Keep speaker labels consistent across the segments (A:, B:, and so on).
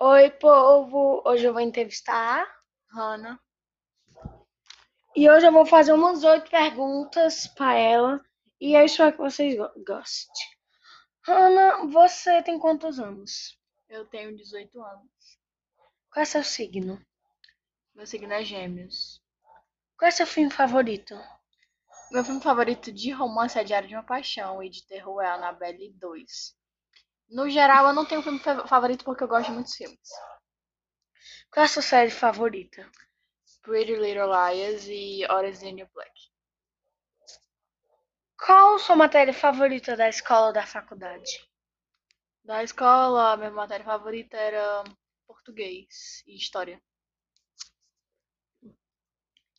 A: Oi, povo! Hoje eu vou entrevistar a Hannah. E hoje eu vou fazer umas oito perguntas para ela. E eu espero que vocês go- gostem. Hannah, você tem quantos anos?
B: Eu tenho 18 anos.
A: Qual é seu signo?
B: Meu signo é Gêmeos.
A: Qual é seu filme favorito?
B: Meu filme favorito de romance é Diário de uma Paixão e de terror é Annabelle 2. No geral, eu não tenho filme fa- favorito porque eu gosto de muitos filmes.
A: Qual é a sua série favorita?
B: Pretty Little Liars e Horas in the New Black.
A: Qual a sua matéria favorita da escola ou da faculdade?
B: Da escola, a minha matéria favorita era português e história.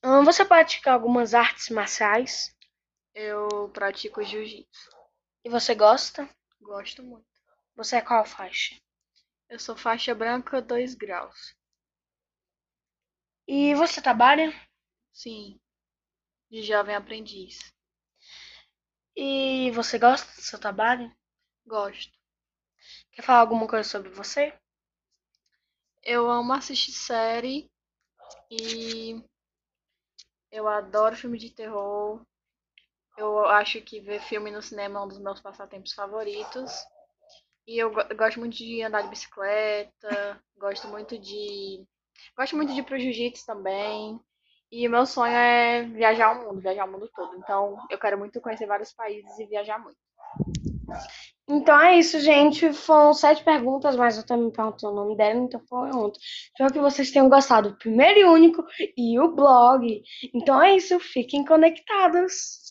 A: Ahn, Você pratica algumas artes marciais?
B: Eu pratico jiu-jitsu.
A: E você gosta?
B: Gosto muito.
A: Você é qual faixa?
B: Eu sou faixa branca 2 graus.
A: E você trabalha?
B: Sim, de jovem aprendiz.
A: E você gosta do seu trabalho?
B: Gosto.
A: Quer falar alguma coisa sobre você?
B: Eu amo assistir série e eu adoro filme de terror. Eu acho que ver filme no cinema é um dos meus passatempos favoritos. E eu go- gosto muito de andar de bicicleta, gosto muito de. Gosto muito de ir pro jiu-jitsu também. E o meu sonho é viajar o mundo, viajar o mundo todo. Então eu quero muito conhecer vários países e viajar muito.
A: Então é isso, gente. Foram sete perguntas, mas eu também perguntei o nome dela, então foi ontem. Espero que vocês tenham gostado do primeiro e único e o blog. Então é isso, fiquem conectados.